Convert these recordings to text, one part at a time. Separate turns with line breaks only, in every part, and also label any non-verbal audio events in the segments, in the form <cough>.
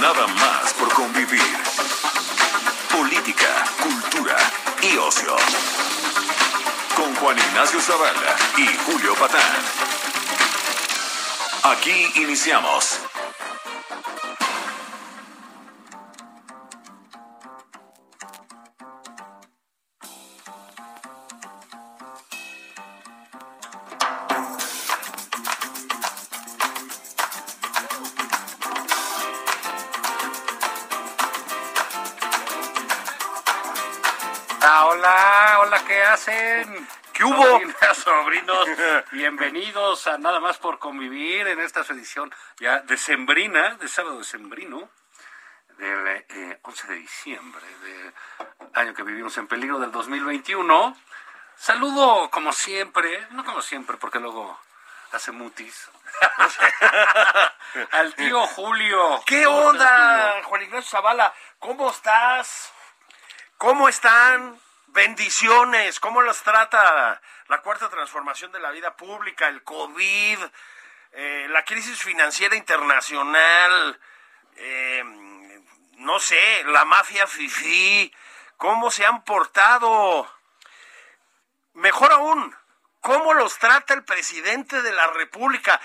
Nada más por convivir. Política, cultura y ocio. Con Juan Ignacio Zavala y Julio Patán. Aquí iniciamos.
Ah, hola, hola, ¿qué hacen?
¿Qué hubo?
Sobrinas,
<laughs>
sobrinos, bienvenidos a Nada más por convivir en esta su edición ya decembrina, de sábado decembrino, del eh, 11 de diciembre del año que vivimos en peligro del 2021. Saludo como siempre, no como siempre porque luego hace mutis, <laughs> al tío Julio.
¿Qué
¿Cómo estás,
onda,
Julio?
Juan Ignacio Zavala? ¿Cómo estás? ¿Cómo están? Bendiciones, ¿cómo los trata la cuarta transformación de la vida pública, el COVID, eh, la crisis financiera internacional, eh, no sé, la mafia fifí, cómo se han portado? Mejor aún, ¿cómo los trata el presidente de la República?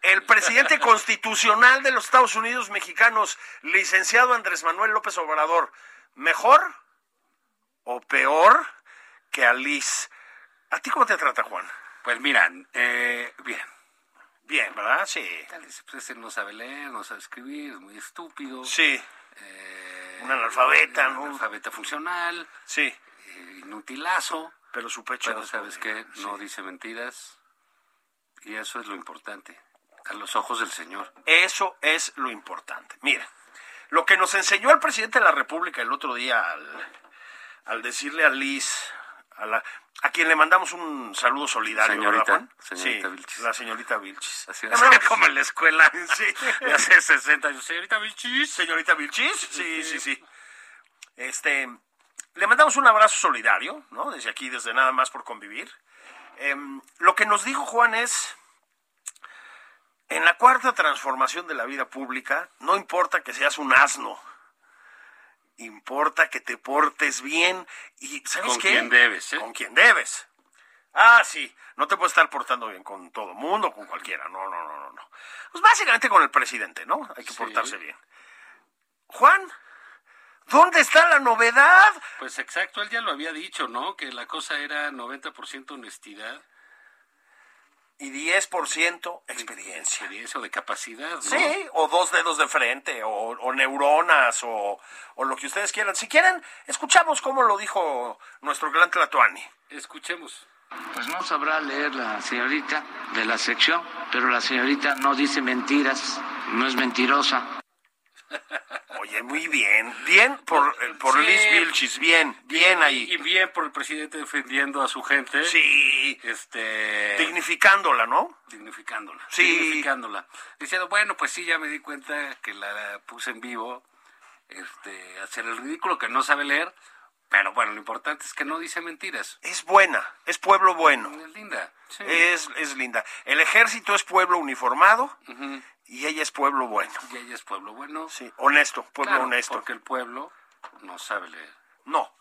El
<laughs>
presidente constitucional de los Estados Unidos mexicanos, licenciado Andrés Manuel López Obrador, ¿mejor o peor que Alice? ¿A ti cómo te trata, Juan?
Pues miran, eh, bien.
Bien, ¿verdad? Sí.
Tal vez, pues, él no sabe leer, no sabe escribir, es muy estúpido.
Sí,
Eh,
Un analfabeta, ¿no?
Un analfabeta funcional,
sí.
eh, inutilazo,
Pero su pecho.
pero
no-
sabes qué, no dice mentiras. Y eso es lo importante, a los ojos del Señor.
Eso es lo importante. Mira, lo que nos enseñó el presidente de la República el otro día al, al decirle a Liz, a, la- a quien le mandamos un saludo solidario,
Señorita,
¿verdad, Juan?
señorita
sí,
Vilchis.
La señorita Vilchis.
Así
<laughs> Le mandamos-
es como en la escuela
<laughs> Sí.
de hace 60 años. Señorita Vilchis.
Señorita Vilchis, sí, sí, sí. Este, le mandamos un abrazo solidario, ¿no? Desde aquí, desde nada más por convivir. Em, lo que nos dijo Juan es, en la cuarta transformación de la vida pública, no importa que seas un asno, importa que te portes bien y, ¿sabes
Con
qué?
quien debes, ¿eh?
Con quien debes. Ah, sí, no te puedes estar portando bien con todo mundo, con cualquiera, no, no, no, no, no. Pues básicamente con el presidente, ¿no? Hay que
Sí.
portarse bien. Juan, ¿dónde está la novedad?
Pues exacto, él ya lo había dicho, ¿no? Que la cosa era 90% honestidad,
Y 10% experiencia.
experiencia o de capacidad, ¿no?
Sí, o dos dedos de frente, o, o neuronas, o, o lo que ustedes quieran. Si quieren, escuchamos cómo lo dijo nuestro gran Tlatoani.
Escuchemos.
Pues no sabrá leer la señorita de la sección, pero la señorita no dice mentiras, no es mentirosa.
Oye, muy bien, bien por, eh, por
Pues, Sí.
Liz Vilchis, bien, bien
Y
ahí.
bien por el presidente defendiendo a su gente.
Sí,
Este.
dignificándola, ¿no?
dignificándola.
Sí.
Dignificándola. Diciendo, bueno, pues sí, ya me di cuenta que la puse en vivo, este, hacer el ridículo que no sabe leer, pero bueno, lo importante es que no dice mentiras.
Es buena, es pueblo bueno.
Es linda. Sí.
Es, es linda. El ejército es pueblo uniformado
Ujú.
y ella es pueblo bueno.
Y ella es pueblo bueno.
Sí, honesto, pueblo
Claro,
honesto.
Porque el pueblo no sabe leer,
No,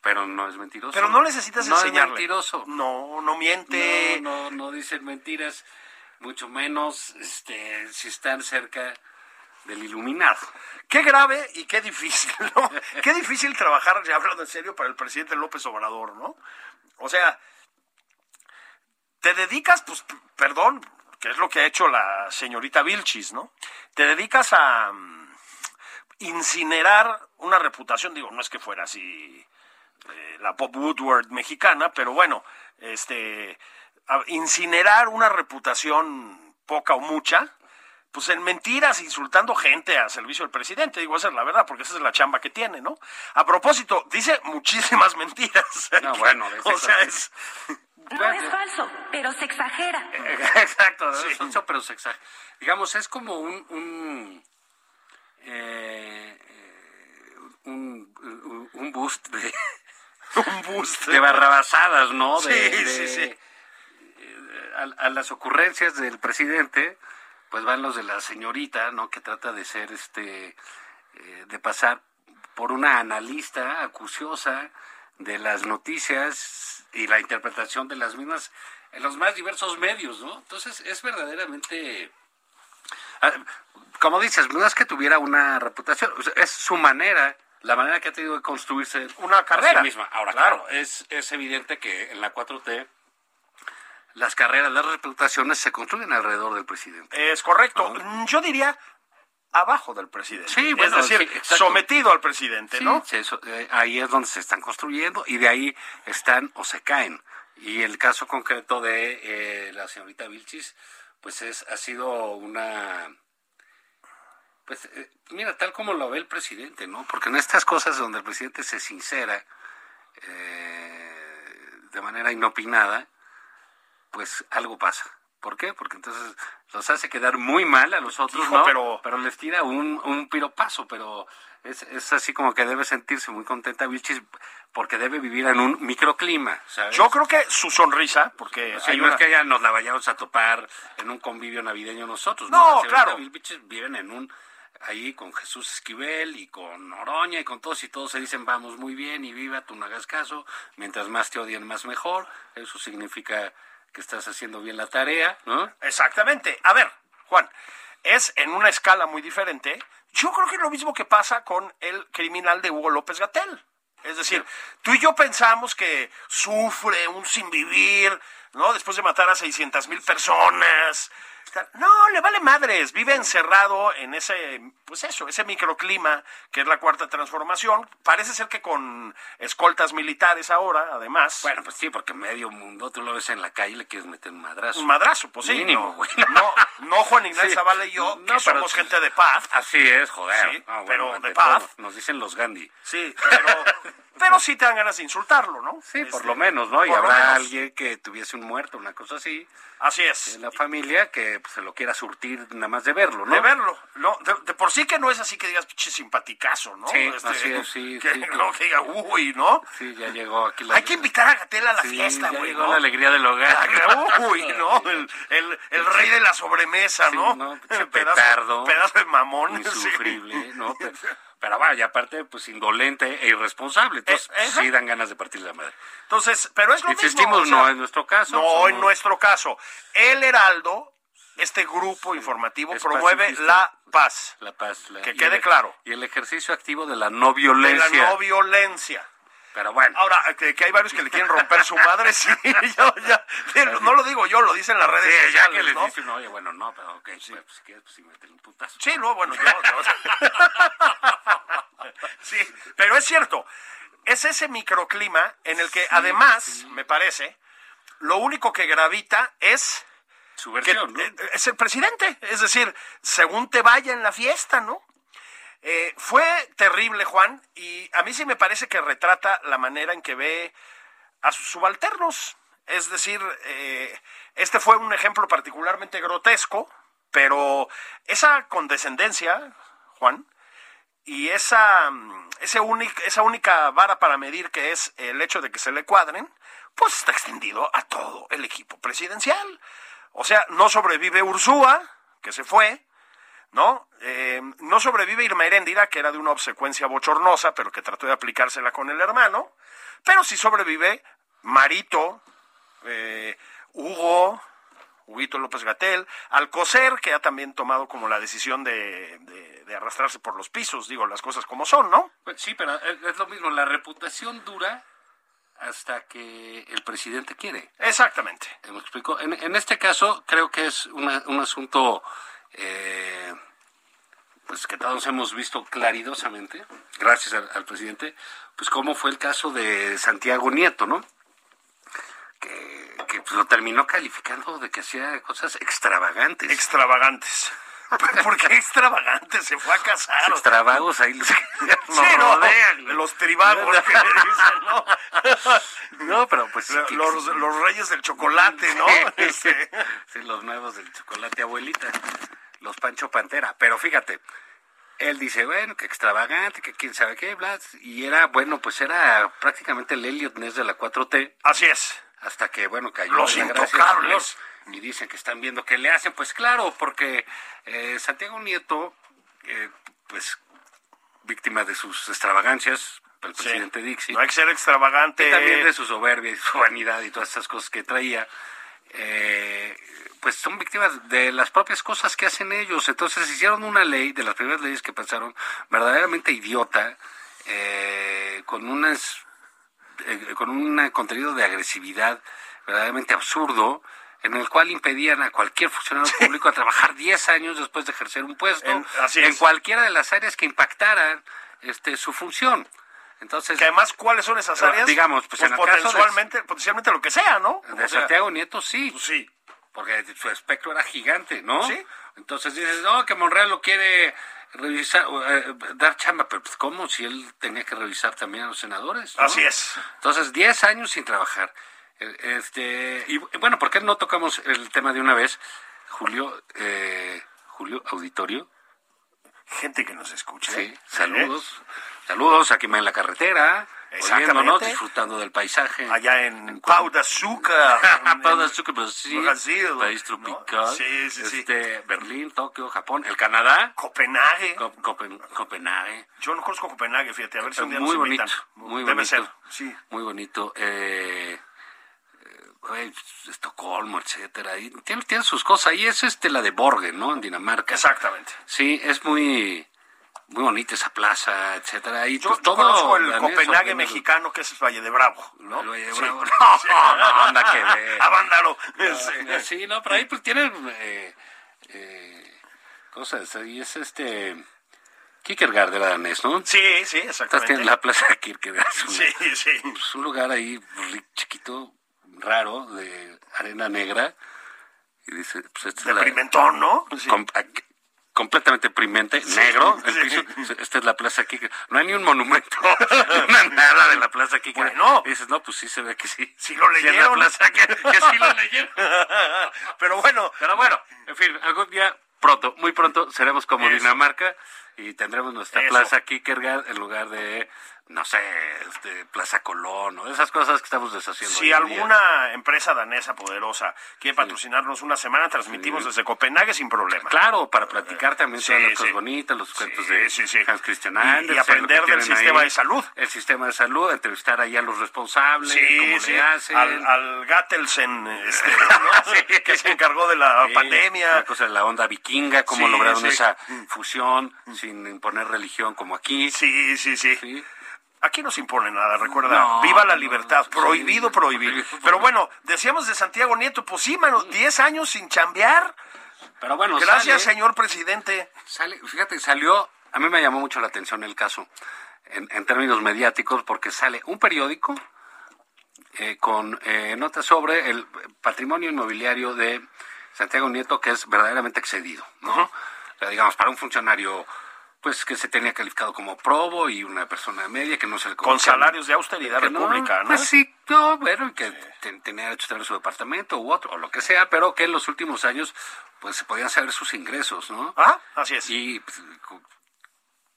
pero no es mentiroso.
pero no necesitas
No es
enseñarle.
mentiroso.
No, no miente.
No, no, no dicen mentiras, mucho menos este, si están cerca del iluminado.
Qué grave y qué difícil, ¿no? <laughs> qué difícil trabajar, ya hablando en serio, para el presidente López Obrador, ¿no? O sea, te dedicas, pues, p- perdón, que es lo que ha hecho la señorita Vilchis, ¿no? Te dedicas a mm, incinerar una reputación, digo, no es que fuera así eh, la Pop Woodward mexicana, pero bueno, este a- incinerar una reputación poca o mucha, pues en mentiras, insultando gente a servicio del presidente. Digo, esa es la verdad, porque esa es la chamba que tiene, ¿no? A propósito, dice muchísimas <laughs> mentiras.
No, bueno, de
o
esas-
sea, es...
No es falso, pero se exagera.
<laughs> Exacto,
Sí.
son- son- pero se exag- Digamos, es como un. un eh, eh, un, un- un boost de,
un boost.
de barrabasadas, ¿no?
Sí,
De- de-
sí, sí.
A, a las ocurrencias del presidente, pues van los de la señorita, ¿no? Que trata de ser, este, eh, de pasar por una analista acuciosa de las noticias y la interpretación de las mismas en los más diversos medios, ¿no? Entonces es verdaderamente, ah, como dices, no es que tuviera una reputación, o sea, es su manera, la manera que ha tenido de construirse
Una
a sí
carrera.
misma. Ahora,
Claro.
claro, es, es evidente que en la 4T las carreras, las reputaciones se construyen alrededor del presidente.
Es correcto. Yo diría abajo del presidente.
Ah, Sí, bueno,
es decir,
sí, exacto.
sometido al presidente, ¿no?
Sí, eso, eh, ahí es donde se están construyendo y de ahí están o se caen. Y el caso concreto de eh, la señorita Vilchis, pues es ha sido una... Pues eh, mira, tal como lo ve el presidente, ¿no? Porque en estas cosas donde el presidente se sincera eh, de manera inopinada, pues algo pasa. ¿Por qué? Porque entonces los hace quedar muy mal a los otros,
Hijo,
¿no?
pero-
les tira un, un piropazo, pero es, es así como que debe sentirse muy contenta Vilchis porque debe vivir en un microclima, ¿sabes?
Yo creo que su sonrisa, porque
O sea,
hay
no
una-
es que ya nos la vayamos a topar en un convivio navideño nosotros.
No,
Las señoritas
claro.
Vilchis viven en un ahí con Jesús Esquivel y con Oroña y con todos y todos se dicen vamos muy bien y viva, tú no hagas caso, mientras más te odien más mejor, eso significa que estás haciendo bien la tarea, ¿no?
Exactamente. A ver, Juan, es en una escala muy diferente. Yo creo que es lo mismo que pasa con el criminal de Hugo López Gatel. Es decir, tú y yo pensamos que sufre un sin vivir, ¿no? Después de matar a 600 mil personas. No, le vale madres. Vive encerrado en ese, pues eso, ese microclima que es la cuarta transformación. Parece ser que con escoltas militares ahora, además.
Bueno, pues sí, porque medio mundo tú lo ves en la calle y le quieres meter un madrazo.
Un madrazo, pues sí.
Mínimo,
no,
güey.
No, <laughs> no Juan Ignacio
Sí.
Zavala y yo, que
No, pero
somos
sí.
gente de paz.
Así es, joder.
Sí,
Ah, bueno,
pero
ante
de paz.
todo, Nos dicen los Gandhi.
Sí, <laughs> pero, pero sí te dan ganas de insultarlo, ¿no?
Sí, por
Este,
lo menos, ¿no? Y
por lo
habrá
menos.
alguien que tuviese un muerto, una cosa así,
Así es.
en la familia que pues, se lo quiera surtir nada más de verlo, ¿no?
De verlo, ¿no? De, de por sí que no es así que digas pinche simpaticazo, ¿no? Este,
Sí, así es, sí,
Que,
sí,
no,
claro.
que diga, uy, ¿no?
Sí, ya llegó aquí la...
Hay que invitar a Gatel a la
Sí,
fiesta,
ya
güey,
llegó
¿no?
la alegría del hogar.
<laughs> Uy,
<laughs>
¿no? El, el- el rey de la sobremesa,
Sí,
¿no?
no, pinche
<laughs> pedazo,
petardo.
pedazo de mamón. <laughs> sí.
Insufrible, ¿no? Pero, pero vaya, aparte, pues indolente e irresponsable. Entonces, pues,
Eh, ajá.
sí dan ganas de partir la madre.
Entonces, pero es lo
Insistimos,
mismo. o sea,
no en nuestro caso.
No,
somos-
en nuestro caso. El Heraldo, este grupo informativo,
es
promueve
pacifista.
la paz,
La paz. la-
Que
y
quede claro.
Y el ejercicio activo de la no
de la
violencia.
no violencia.
Pero bueno.
Ahora, que, que hay varios que le quieren romper su madre, <laughs> sí, yo ya- no lo digo yo, lo dicen las redes
Sí, ya
sociales,
que les
¿no?
dicen, oye, bueno, no, pero ok, pues, pues, si quieres, pues sí, métele un putazo.
Sí, no, bueno, yo. yo- <laughs> sí, pero es cierto. Es ese microclima en el que, además, me parece, lo único que gravita es
Su
que
versión, ¿no?
eh, es el presidente, es decir, según te vaya en la fiesta, ¿no? Eh, fue terrible, Juan, y a mí sí me parece que retrata la manera en que ve a sus subalternos. Es decir, eh, este fue un ejemplo particularmente grotesco, pero esa condescendencia, Juan, y esa, mm, ese únic- esa única vara para medir que es el hecho de que se le cuadren, pues está extendido a todo el equipo presidencial. O sea, no sobrevive Ursúa, que se fue, ¿no? Eh, no sobrevive Irma Heréndira, que era de una obsecuencia bochornosa, pero que trató de aplicársela con el hermano, pero sí sobrevive Marito, eh, Hugo, Huguito López Gatel, Alcocer, que ha también tomado como la decisión de, de- de arrastrarse por los pisos, digo, las cosas como son, ¿no?
<laughs> Pues sí, pero es es lo mismo, la reputación dura hasta que el presidente quiere.
Exactamente.
Eh, ¿Me explico? En, en este caso, creo que es una- un asunto eh, pues que todos hemos visto claridosamente, gracias al, al presidente, pues cómo fue el caso de Santiago Nieto, ¿no? que, que, pues, lo terminó calificando de que hacía cosas extravagantes.
Extravagantes. <laughs> ¿Por qué extravagantes? Se fue a casar.
Los trabagos ahí <laughs> los,
Sí, no, los tribagos que le dicen, ¿no?
No, pero pues sí que-
Los, los reyes del
<laughs>
chocolate, ¿no? <laughs> Este,
Sí, los nuevos del chocolate abuelita, los Pancho Pantera. Pero fíjate, él dice, bueno, que extravagante, que quién sabe qué, Blas. Y era, bueno, pues era prácticamente el Elliot Ness de la 4T,
así es.
hasta que, bueno, cayó
Los
en la gracia del
intocables.
Señor. Y dicen que están viendo qué le hacen. Pues claro, porque eh, Santiago Nieto, eh, pues víctima de sus extravagancias, el
Sí.
presidente Dixie.
No hay que ser extravagante.
Y también de su soberbia y su <laughs> vanidad y todas esas cosas que traía, eh, pues son víctimas de las propias cosas que hacen ellos. Entonces hicieron una ley, de las primeras leyes que pensaron, verdaderamente idiota, eh, con unas eh, con un contenido de agresividad verdaderamente absurdo, en el cual impedían a cualquier
<laughs>
funcionario público a trabajar 10 años después de ejercer un puesto
En- así
en
es.
cualquiera de las áreas que impactaran este, su función. Entonces,
Que además, ¿cuáles son esas
Pero,
áreas?
digamos, pues, en el caso de-
potencialmente, potencialmente lo que sea, ¿no?
De
O sea,
Santiago Nieto sí,
pues, sí.
porque su espectro era gigante, ¿no?
Sí.
Entonces dices, no, que Monreal lo quiere revisar, eh, dar chamba, pero pues, ¿cómo? Si él tenía que revisar también a los senadores. ¿no?
Así es.
Entonces, 10 años sin trabajar. Eh, Este, y bueno, ¿por qué no tocamos el tema de una vez? Julio, eh, Julio Auditorio,
Gente que nos escucha.
sí,
¿eh?
saludos. Saludos a quien va en la carretera,
Exactamente.
oyéndonos, disfrutando del paisaje.
Allá en, Pau
Cuau-
de Azúcar.
<laughs>
en-
Pau de
en-
Azúcar, Brasil,
Brasil,
país
¿no?
tropical,
Sí, sí, sí.
este, Berlín, Tokio, Japón, el Canadá,
Copenhague.
Co- Copen- Copenhague,
Yo no conozco Copenhague, fíjate, a ver si un día
muy
nos
bonito,
invitan.
muy
Debe
bonito,
ser, sí.
muy bonito, eh, eh, güey, Estocolmo, etcétera, y tiene, tiene sus cosas, y es este la de Borgen, ¿no? En Dinamarca.
Exactamente.
Sí, es muy muy bonita esa plaza, etcétera, y
Yo,
pues,
yo
todo
conozco el
danés,
Copenhague
holandés,
mexicano, que es el Valle de Bravo, ¿no?
El Valle de
Sí.
Bravo.
<laughs>
No, no, anda que ver.
Avándaro.
Sí, Ah, Sí, no, pero ahí pues tienen eh, eh, cosas. Y es este. Kierkegaard era danés, E ¿no?
Sí, sí,
Estás
exactamente.
en la plaza de Kierkegaard. Es un,
Sí, sí.
es un lugar ahí ri- chiquito, raro, de arena negra. Y dice, pues esta es la-
Deprimentón, ¿no? Sí.
com- ac- completamente primente, negro, el
sí.
piso. Esta es la plaza Kierkegaard. No hay ni un
<laughs>
monumento, <laughs> no hay nada de la plaza Kierkegaard.
Bueno.
Y dices, no, pues sí se ve que sí.
Sí lo
es la
leyeron. <laughs>
plaza que, que sí lo <laughs> leyeron.
Pero bueno,
Pero bueno, en fin, algún día, pronto, muy pronto, seremos como
Eso.
Dinamarca y tendremos nuestra
Eso.
plaza Kierkegaard en lugar de, no sé, este, Plaza Colón o esas cosas que estamos deshaciendo. hoy
Si
en día.
alguna empresa danesa poderosa quiere patrocinarnos una semana, transmitimos desde Copenhague sin problema.
Claro, para platicar también
Sí,
todas las cosas
sí.
bonitas, los cuentos
Sí,
de
sí, sí.
Hans Christian
Y- y
Andersen. lo que
aprender del
tienen
sistema de salud.
El sistema de salud, entrevistar ahí a los responsables, cómo le hacen.
Al, al Gattelsen, este, ¿no?
<laughs> Sí.
que se encargó de la
Sí,
pandemia.
La cosa de la onda vikinga, cómo
Sí,
lograron
sí. Mm.
esa fusión sin imponer religión como aquí.
Sí, sí, sí,
Sí.
Aquí no se impone nada, recuerda.
No,
Viva la
no,
libertad.
sí,
Prohibido, prohibir.
prohibido.
Pero bueno, decíamos de Santiago Nieto, pues sí, mano, 10 años sin chambear.
Pero bueno,
Gracias,
sale- ¿eh?
señor presidente.
Sale, fíjate, salió, a mí me llamó mucho la atención el caso, en, en términos mediáticos, porque sale un periódico eh, con eh, notas sobre el patrimonio inmobiliario de Santiago Nieto, que es verdaderamente excedido, ¿no? O sea, digamos, para un funcionario, pues, que se tenía calificado como probo y una persona media que no se le
Con
conocía-
salarios de austeridad
que no,
republicana.
pues sí, no, bueno, y que ten- tenía derecho a tener su departamento u otro, o lo que sea, pero que en los últimos años, pues, se podían saber sus ingresos, ¿no?
Ah, así es.
Y pues, cu-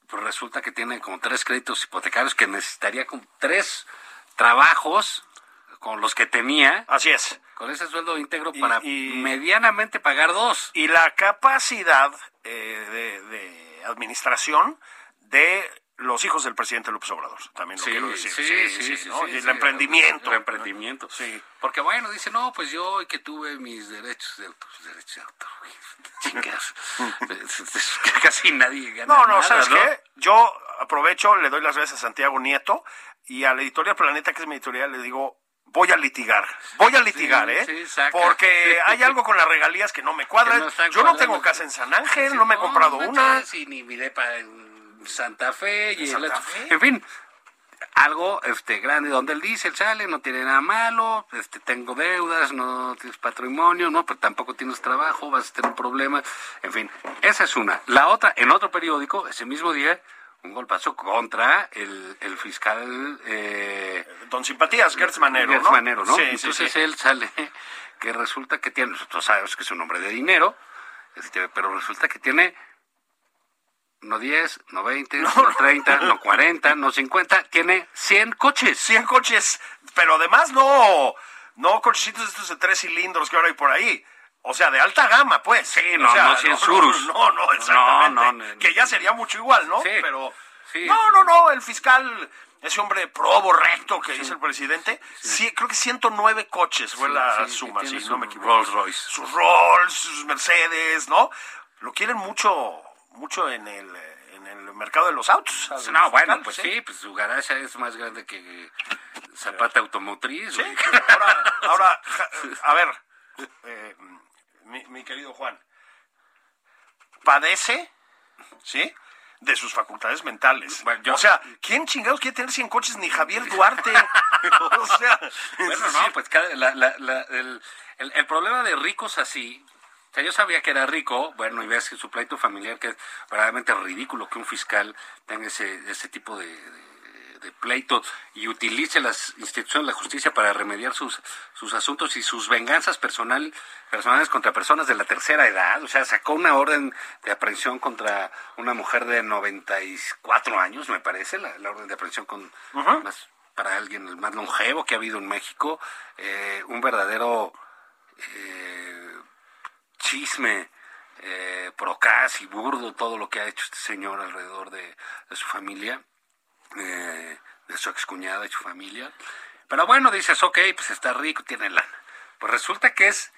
pues, resulta que tiene como tres créditos hipotecarios que necesitaría con tres trabajos con los que tenía,
Así es.
con ese sueldo íntegro,
Y-
para
y-
medianamente pagar dos.
y la capacidad eh, de, de administración de los hijos del presidente López Obrador, también lo quiero decir. ¿no? Y el emprendimiento.
El emprendimiento.
Sí.
Porque bueno, dice, no, pues yo que tuve mis derechos de autor, mis derechos de autor, güey, <laughs>
<laughs>
chingas. Casi nadie gana
No, no,
nada,
¿sabes qué? Yo aprovecho, le doy las gracias a Santiago Nieto y a la editorial Planeta, que es mi editorial, le digo, voy a litigar. Voy a litigar,
Sí,
¿eh?
sí, saca.
Porque
<laughs>
hay algo con las regalías que no me cuadran.
Que no están
Yo no
cuadrando.
tengo casa en San Ángel,
Sí,
no me he comprado
manches,
una.
Y ni mi depa en Santa Fe. Y
¿En Santa
el otro.
Fe?
En fin, algo este grande donde él dice, sale, no tiene nada malo, este tengo deudas, no tienes patrimonio, no, pero tampoco tienes trabajo, vas a tener problemas, en fin, esa es una. La otra, en otro periódico, ese mismo día, un golpazo contra el, el fiscal eh,
Don Simpatías, Gertz Manero,
Gertz
¿no?
Manero, ¿no?
Sí, sí,
Entonces
sí.
él sale <laughs> que resulta que tiene, nosotros sabemos que es un hombre de dinero, este, pero resulta que tiene no 10, no 20, no, 30,
<laughs>
no 40, no 50, tiene 100 coches.
100 coches, pero además no, no cochecitos estos de tres cilindros que ahora hay por ahí. O sea, de alta gama, pues.
Sí,
O
no,
sea,
no 100 Surus.
No, no, exactamente.
No, no, no.
que ya sería mucho igual, ¿no?
Sí,
Pero,
sí.
no, no, no, el fiscal, ese hombre probo recto que dice el presidente, sí, creo que 109 coches fue
Sí,
la
sí,
suma,
que
si
tiene
no
su
me equivoco.
Rolls Royce.
Sus Rolls, sus Mercedes, ¿no? Lo quieren mucho, mucho en el, en el mercado de los autos. al
No, bueno,
fiscal,
pues sí, pues su garaje es más grande que Zapata Automotriz.
Sí,
güey.
ahora, ahora, ja- a ver, eh, mi, mi querido Juan, padece, ¿sí? De sus facultades mentales.
Bueno, yo-
O sea, ¿quién chingados quiere tener 100 coches? Ni Javier Duarte. o sea,
Bueno, no, pues cada- la- la- la- el, el- el problema de ricos así, o sea, yo sabía que era rico, bueno, y ves que su pleito familiar, que es verdaderamente ridículo que un fiscal tenga ese, ese tipo de, de- de pleito y utilice las instituciones de la justicia para remediar sus, sus asuntos y sus venganzas personal, personales contra personas de la tercera edad. O sea, sacó una orden de aprehensión contra una mujer de 94 años, me parece, la, la orden de aprehensión con más- para alguien el más longevo que ha habido en México, eh, un verdadero eh, chisme eh, procaz y burdo todo lo que ha hecho este señor alrededor de, de su familia, eh, de su excuñada y su familia. Pero bueno, dices, ok, pues está rico, tiene lana. Pues resulta que es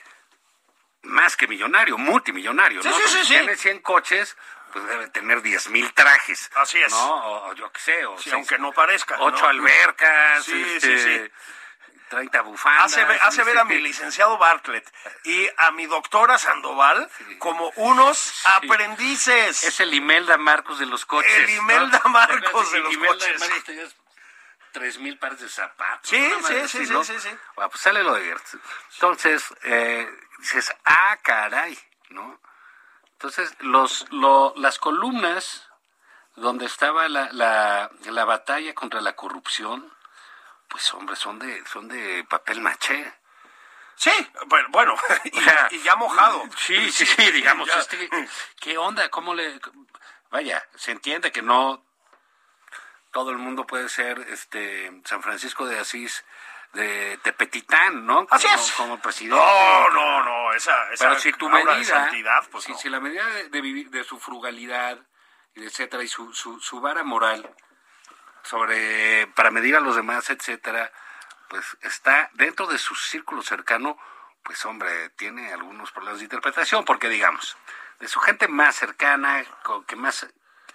más que millonario, multimillonario,
Sí,
¿no?
sí,
Porque
sí, sí.
Tiene 100 coches, pues debe tener 10 mil trajes.
Así es.
¿No? O, o yo qué sé. O
Sí,
seis-
aunque no parezca, ¿no?
Ocho albercas.
Sí, sí,
este,
sí.
30 bufandas. este,
Hace, ve-
y
hace
no
ver
sé
a mi
qué.
licenciado Bartlett y a mi doctora Sandoval
Sí.
como unos aprendices.
Es el Imelda Marcos de los coches.
El Imelda
¿no?
Marcos de los
Imelda
coches.
Marcos tenía tres mil pares de zapatos.
Sí,
una madre
sí,
así,
sí,
¿no?
sí, sí, sí.
Bueno, pues sale lo de Gertz. Entonces, eh, dices, ah, caray, ¿no? Entonces, los, lo- las columnas donde estaba la, la, la batalla contra la corrupción, pues hombre, son de, son de papel maché.
Sí, bueno, bueno, y,
O sea,
y ya mojado.
Sí, sí, sí, digamos.
Ya.
este, ¿Qué onda? ¿Cómo le.? Vaya, se entiende que no todo el mundo puede ser este San Francisco de Asís de Tepetitán, ¿no?
Así
Como-
es.
Como presidente.
No, no, no, esa, esa
Pero si tu
aura de
medida, ¿eh?
santidad, pues
si,
no.
si la medida de, de vivir- de su frugalidad, etcétera, y su, su, su vara moral sobre para medir a los demás, etcétera, pues está dentro de su círculo cercano, pues hombre, tiene algunos problemas de interpretación, porque digamos, de su gente más cercana, con que más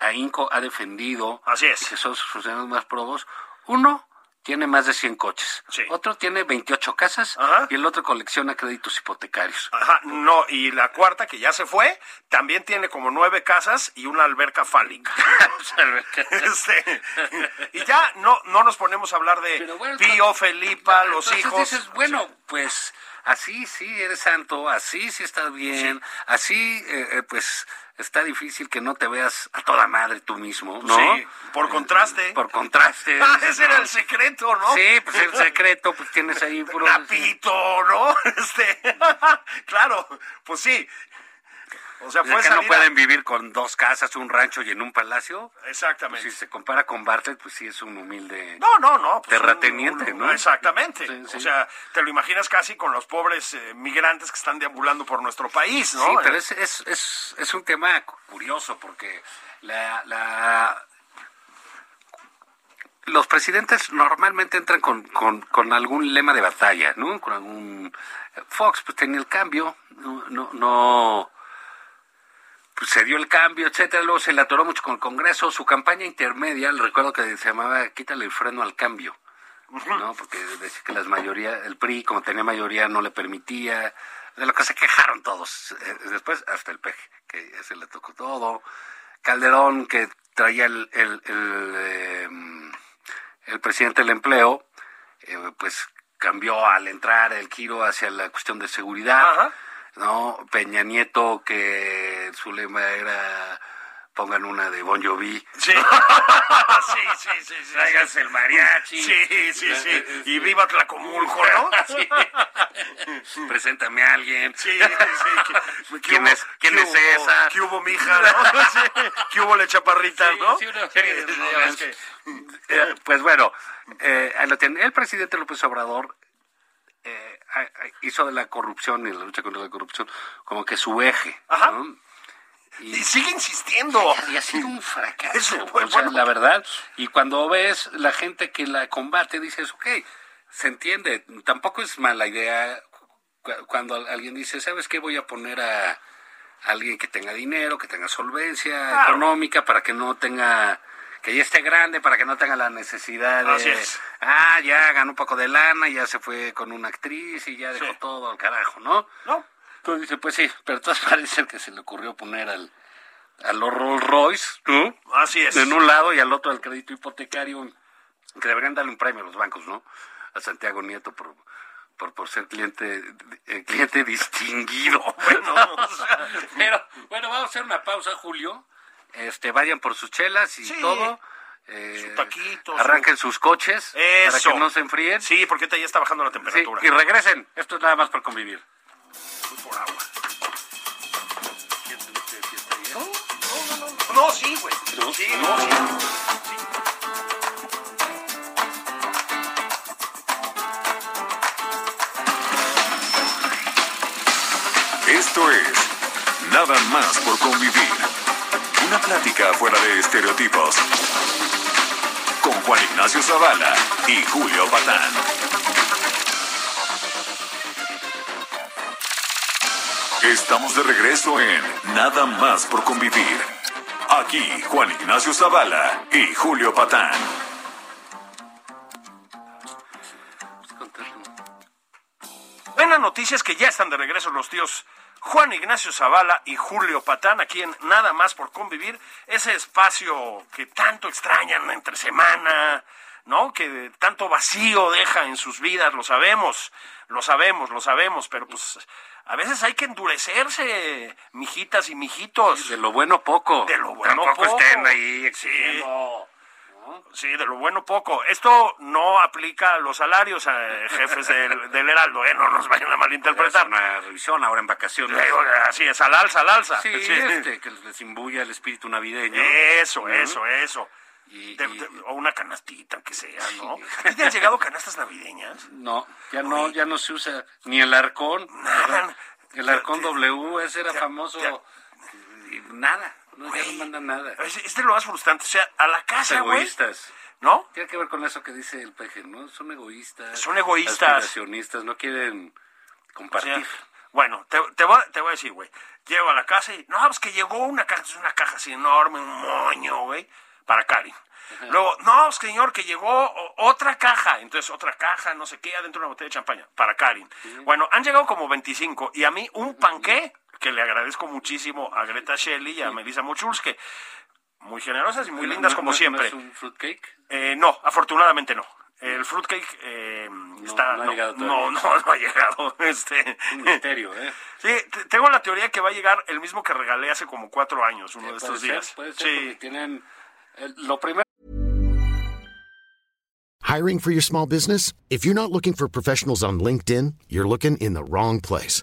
ahínco ha defendido,
Así es.
y que son sus funcionarios más probos, uno tiene más de 100 coches,
Sí.
otro tiene 28 casas
Ajá.
y el otro colecciona créditos hipotecarios.
Ajá, no, y la cuarta que ya se fue, también tiene como nueve casas y una
<laughs>
alberca fálica. <laughs> Este, y ya no, no nos ponemos a hablar de
Pero bueno,
Pío,
cuando-
Felipa,
No,
los
entonces
hijos.
dices, bueno, pues así sí eres santo, así sí estás bien, así eh, eh, pues está difícil que no te veas a toda madre tú mismo, ¿no? Eh,
Sí, por contraste.
Por contraste.
<laughs> Ah,
dices,
ese era
no.
el secreto, ¿no?
<laughs> Sí, pues el
<laughs>
secreto, pues tienes ahí puro...
Napito, ¿no? <laughs> Este, claro, pues sí. O sea,
Pues
fue
es que no
salir a-
pueden vivir con dos casas, un rancho y en un palacio. Pues,
Exactamente.
si se compara con Bartlett, pues sí es un humilde...
No, no, no. pues,
Terrateniente,
un-
¿no?
Exactamente.
Sí, sí.
O sea, te lo imaginas casi con los pobres eh, migrantes que están deambulando por nuestro país, ¿no?
Sí, pero es, es, es, es un tema cu- curioso porque la, la- los presidentes normalmente entran con, con, con algún lema de batalla, ¿no? Con algún... Fox pues tenía el cambio, no... no, no pues, se dio el cambio, etcétera, luego se le atoró mucho con el Congreso, su campaña intermedia, le recuerdo que se llamaba Quítale el freno al cambio. ¿no? Porque decía que las mayoría, el PRI, como tenía mayoría, no le permitía, de lo que se quejaron todos. Eh, Después, hasta el PEG, que ya se le tocó todo. Calderón, que traía el, el, el, eh, el presidente del empleo, eh, pues cambió al entrar el giro hacia la cuestión de seguridad,
Ajá.
¿no? Peña Nieto, que su lema era pongan una de Bon Jovi,
Sí. sí, sí, sí, sí, sí.
Tráiganse el mariachi. Eh,
Sí, sí, sí. Y viva Tlacomulco,
<laughs>
¿no?
Sí. Preséntame a alguien.
Sí, sí.
<laughs>
¿Qué-
¿Quién
qué
es-
hubo-
quién
qué
es
hubo-
esa?
¿Qué hubo, mija?
<laughs>
¿no? <laughs> Sí. ¿Qué hubo, le chaparrita,
Sí,
no?
sí, una serie de
Sí,
novelas
es que-
Eh, pues bueno, eh, ahí lo tienen. el presidente López Obrador eh, a- a- hizo de la corrupción y la lucha contra la corrupción como que su eje.
Ajá.
¿no?
Y sigue insistiendo.
Y ha sido un fracaso.
Eso,
o
bueno,
sea,
bueno.
la verdad. Y cuando ves la gente que la combate, dices, ok, se entiende. Tampoco es mala idea cu- cuando al- alguien dice, ¿sabes qué? Voy a poner a alguien que tenga dinero, que tenga solvencia
Claro.
económica, para que no tenga. Que ya esté grande para que no tenga la necesidad de.
Así es.
Ah, ya ganó un poco de lana, ya se fue con una actriz y ya dejó
Sí.
todo al carajo, ¿no?
No.
Entonces dice, pues sí, pero entonces <laughs> parece que se le ocurrió poner al, a los Rolls Royce, ¿no?
Así es.
En un lado y al otro al crédito hipotecario, que deberían darle un premio a los bancos, ¿no? A Santiago Nieto por, por, por ser cliente, eh, cliente distinguido. <laughs>
<laughs> Bueno, o sea,
pero bueno, vamos a hacer una pausa, Julio. Este, vayan por sus chelas y
Sí.
todo. Eh,
Su taquito, su-
Arranquen sus coches
Eso.
para que no se enfríen.
Sí, porque ahorita ya está bajando la
Sí,
temperatura.
y regresen. Esto es nada más por convivir.
por agua. No, no, no. No, sí, güey. Sí, no, sí.
Esto es Nada más por convivir. Una plática fuera de estereotipos. Con Juan Ignacio Zavala y Julio Patán. Estamos de regreso en Nada más por convivir. Aquí Juan Ignacio Zavala y Julio Patán.
Buena noticia es que ya están de regreso los tíos Juan Ignacio Zavala y Julio Patán, aquí en Nada más por convivir, ese espacio que tanto extrañan entre semana, ¿no? Que tanto vacío deja en sus vidas, lo sabemos, lo sabemos, lo sabemos, pero pues a veces hay que endurecerse, mijitas y mijitos.
De lo bueno poco.
De lo bueno
Tampoco
poco.
estén ahí Eh,
Sí.
exigiendo.
Sí, de lo bueno poco. Esto no aplica a los salarios, eh, jefes del, del Heraldo, ¿eh? No
<laughs>
nos vayan a malinterpretar.
Hacer una revisión ahora en vacaciones.
Eh, Así es, al alza, al alza.
Sí, Eh. <laughs>
Sí.
este, que les imbuya el espíritu navideño.
Eso,
Ujú.
eso, eso.
Y-
De-
y-
de- o una canastita, que sea, ¿no?
Sí.
¿Y te han llegado canastas navideñas?
No, ya no, ya no se usa ni el arcón.
Nada.
¿verdad? El
Te-
arcón
te-
W, ese era
te-
famoso. y Nada, no, ya no
Güey.
mandan nada.
Es, es de lo más frustrante. O sea, a la casa, güey.
Egoístas.
¿No?
Tiene que ver con eso que dice el peje, ¿no? Son egoístas.
Son egoístas.
Aspiracionistas, no quieren
O sea,
compartir.
bueno, te, te voy, a- te voy a decir, güey. Llego a la casa y. No, pues que llegó una caja, es una caja así enorme, un moño, güey, para Karin. Luego, no, es que, señor, que llegó o- otra caja. Entonces, otra caja, no sé qué, adentro de una botella de champaña, para Karin. Bueno, han llegado como 25 y a mí un panqué que le agradezco muchísimo a Greta Shelley y a Melissa Mochulske. Muy generosas y muy
No,
lindas
no,
como
no, no
siempre.
es un fruitcake?
Eh, no, afortunadamente no. El fruitcake eh, está.
no ha llegado
no, no,
todavía.
no ha llegado. <laughs> Este,
Un misterio, ¿eh?
Sí, t- tengo la teoría que va a llegar el mismo que regalé hace como cuatro años, uno de
Eh, Puede
<laughs> estos
ser,
días.
puede ser, porque
sí.
tienen eh, lo primero
Hiring for your small business? If you're not looking for professionals on LinkedIn, you're looking in the wrong place.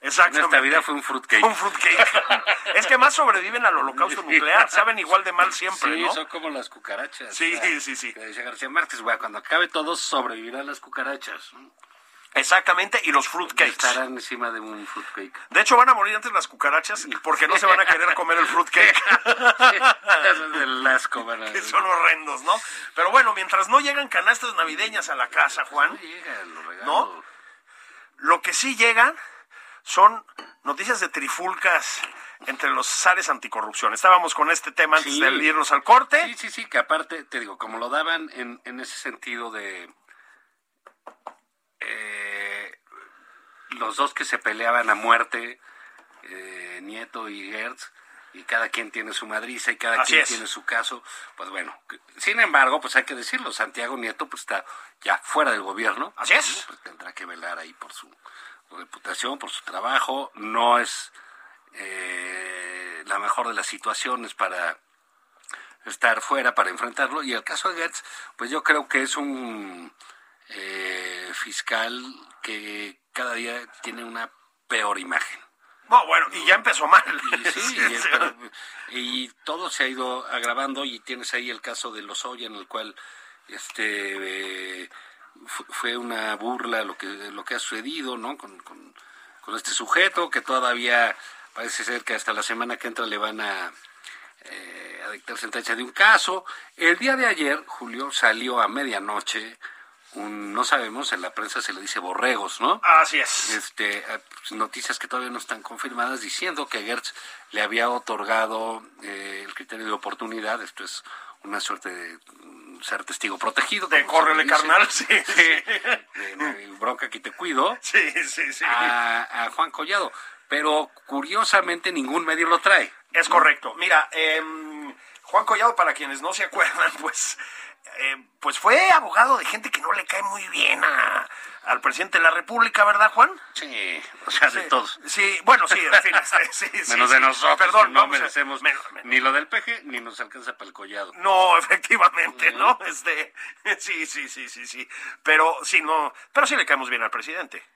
en
Exactamente.
esta vida fue un fruitcake.
Un fruitcake. es que más sobreviven al holocausto nuclear, saben igual de mal siempre,
Sí,
¿no?
son como las cucarachas.
Sí,
¿verdad?
sí, sí.
Que decía García Márquez, güey, cuando acabe todo sobrevivirán las cucarachas.
Exactamente, y los fruitcakes.
Estarán encima de un fruitcake.
De hecho, van a morir antes las cucarachas porque no se van a querer comer
<laughs>
el fruitcake.
Eso es del asco,
<laughs>
¿verdad?
que son horrendos, ¿no? Pero bueno, mientras no llegan canastas navideñas a la casa, Juan,
Llegan los regalos.
¿no? Lo que sí llegan son noticias de trifulcas entre los zares anticorrupción. Estábamos con este tema antes
Sí.
de irnos al corte.
Sí, sí, sí, que aparte, te digo, como lo daban en, en ese sentido de eh, los dos que se peleaban a muerte, eh, Nieto y Gertz, y cada quien tiene su madriza y cada
Así
quien
es.
tiene su caso, pues bueno, que- sin embargo, pues hay que decirlo, Santiago Nieto pues está ya fuera del gobierno.
Así es.
Pues tendrá que velar ahí por su reputación, por su trabajo, no es eh, la mejor de las situaciones para estar fuera para enfrentarlo. Y el caso de Gertz, pues yo creo que es un eh, fiscal que cada día tiene una peor imagen.
No, bueno, y ya empezó mal.
Y, <laughs> sí,
<laughs>
y, pero- y todo se ha ido agravando y tienes ahí el caso de Lozoya en el cual este eh, fu- fue una burla lo que lo que ha sucedido no con, con, con este sujeto que todavía parece ser que hasta la semana que entra le van a eh, a dictar sentencia de un caso. El día de ayer, Julio, salió a medianoche, un, no sabemos, en la prensa se le dice borregos, ¿no?
Así es.
este, eh, pues, noticias que todavía no están confirmadas diciendo que Gertz le había otorgado eh, el criterio de oportunidad. Esto es una suerte de mm, ser testigo protegido.
De
como se le
córrele,
dice. <laughs>
carnal, sí, <laughs> sí.
De, de bronca que te cuido
Sí, sí, sí.
Ah, a, a Juan Collado. Pero curiosamente ningún medio lo trae.
Es correcto. Mira, em, Juan Collado, para quienes no se acuerdan, <laughs> pues, eh, pues fue abogado de gente que no le cae muy bien a- al presidente de la República, ¿verdad, Juan?
Sí, o sea, de
Sí.
todos.
Sí, bueno, sí, en fin,
<laughs>
este, sí, sí,
Menos
sí.
de nosotros.
Perdón,
no
vamos a-
merecemos
men- men-
ni lo del peje ni nos alcanza para el collado.
No, <laughs> efectivamente, ¿no? Este, <laughs> sí, sí, sí, sí, sí. Pero sí, no, pero sí le caemos bien al presidente.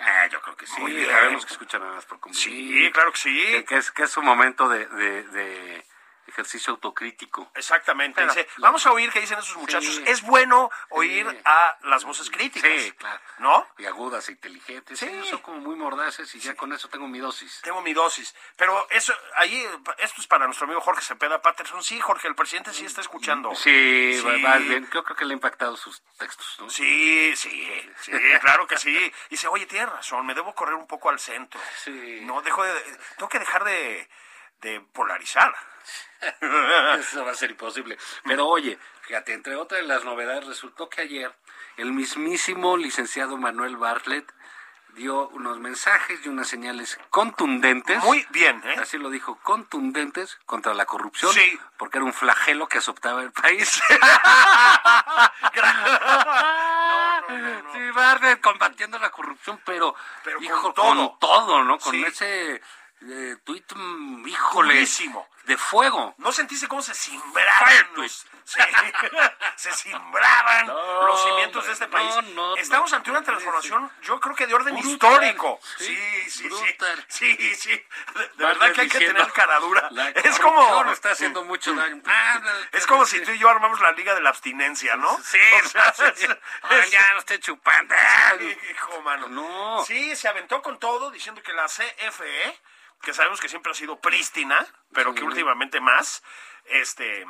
Ah, yo creo que sí.
Muy bien.
Sabemos que escuchan nada más por convivir.
Sí, claro que
Que,
sí.
que es, que es un momento de, de- de ejercicio autocrítico.
Exactamente.
Pero-
Dice, vamos a oír qué dicen esos muchachos.
Sí.
Es bueno oír
Sí.
a las voces críticas.
Sí, claro.
¿No?
Y agudas e inteligentes.
Sí.
Ellos son como muy mordaces y ya con eso tengo mi dosis.
Tengo mi dosis. Pero eso, ahí, esto es para nuestro amigo Jorge Cepeda Patterson. Sí, Jorge, el presidente sí está escuchando.
Mm, Sí,
Sí.
va- vas bien. Yo creo que le ha impactado sus textos, ¿no?
Sí, sí, sí, claro que sí. Dice, oye, tienes razón, me debo correr un poco al centro.
Sí.
No, dejo de, tengo que dejar de, de polarizar.
<laughs> Eso va a ser imposible. Pero oye, fíjate, entre otras de las novedades, resultó que ayer el mismísimo licenciado Manuel Bartlett dio unos mensajes y unas señales contundentes.
Muy bien, ¿eh?
Así lo dijo, contundentes contra la corrupción,
Sí.
porque era un flagelo que azotaba el país. <laughs>
No, no, no, no.
Sí, Barnett combatiendo la corrupción, pero,
Pero con
hijo,
todo.
con todo, ¿no? Con
Sí.
ese eh, tuit, mm, híjole,
Durísimo.
de fuego.
¿No sentiste cómo se simbraban? <laughs> Los, se, se simbraban
No,
los cimientos de este
hombre,
país.
no, no,
Estamos
no.
ante una transformación, yo creo que de orden
Brutal,
histórico. Sí,
sí,
sí, sí.
brutal.
Sí, sí. De, de
Barnett
verdad que hay que
diciendo,
tener cara dura.
"La
<laughs> Es
corrupción
como. Ah,
está haciendo mucho daño.
Es como si
<laughs>
tú y yo armamos la liga de la abstinencia, ¿no?
Sí,
<laughs> O sea,
sí.
es-
<laughs> Ah, ya no esté chupando. Ah,
<laughs> Hijo, mano.
No.
Sí, se aventó con todo diciendo que la CFE, que sabemos que siempre ha sido prístina, pero que últimamente más, este.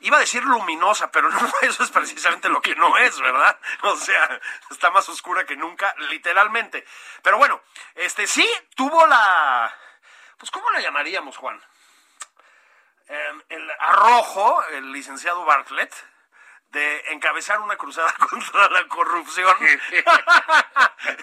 Iba a decir luminosa, pero no, <laughs> eso es precisamente lo que no es, ¿verdad? O sea, está más oscura que nunca, literalmente. Pero bueno, este sí tuvo la. Pues, ¿cómo la llamaríamos, Juan? Em, el arrojo, el licenciado Bartlett, de encabezar una cruzada <laughs> contra la corrupción. <laughs>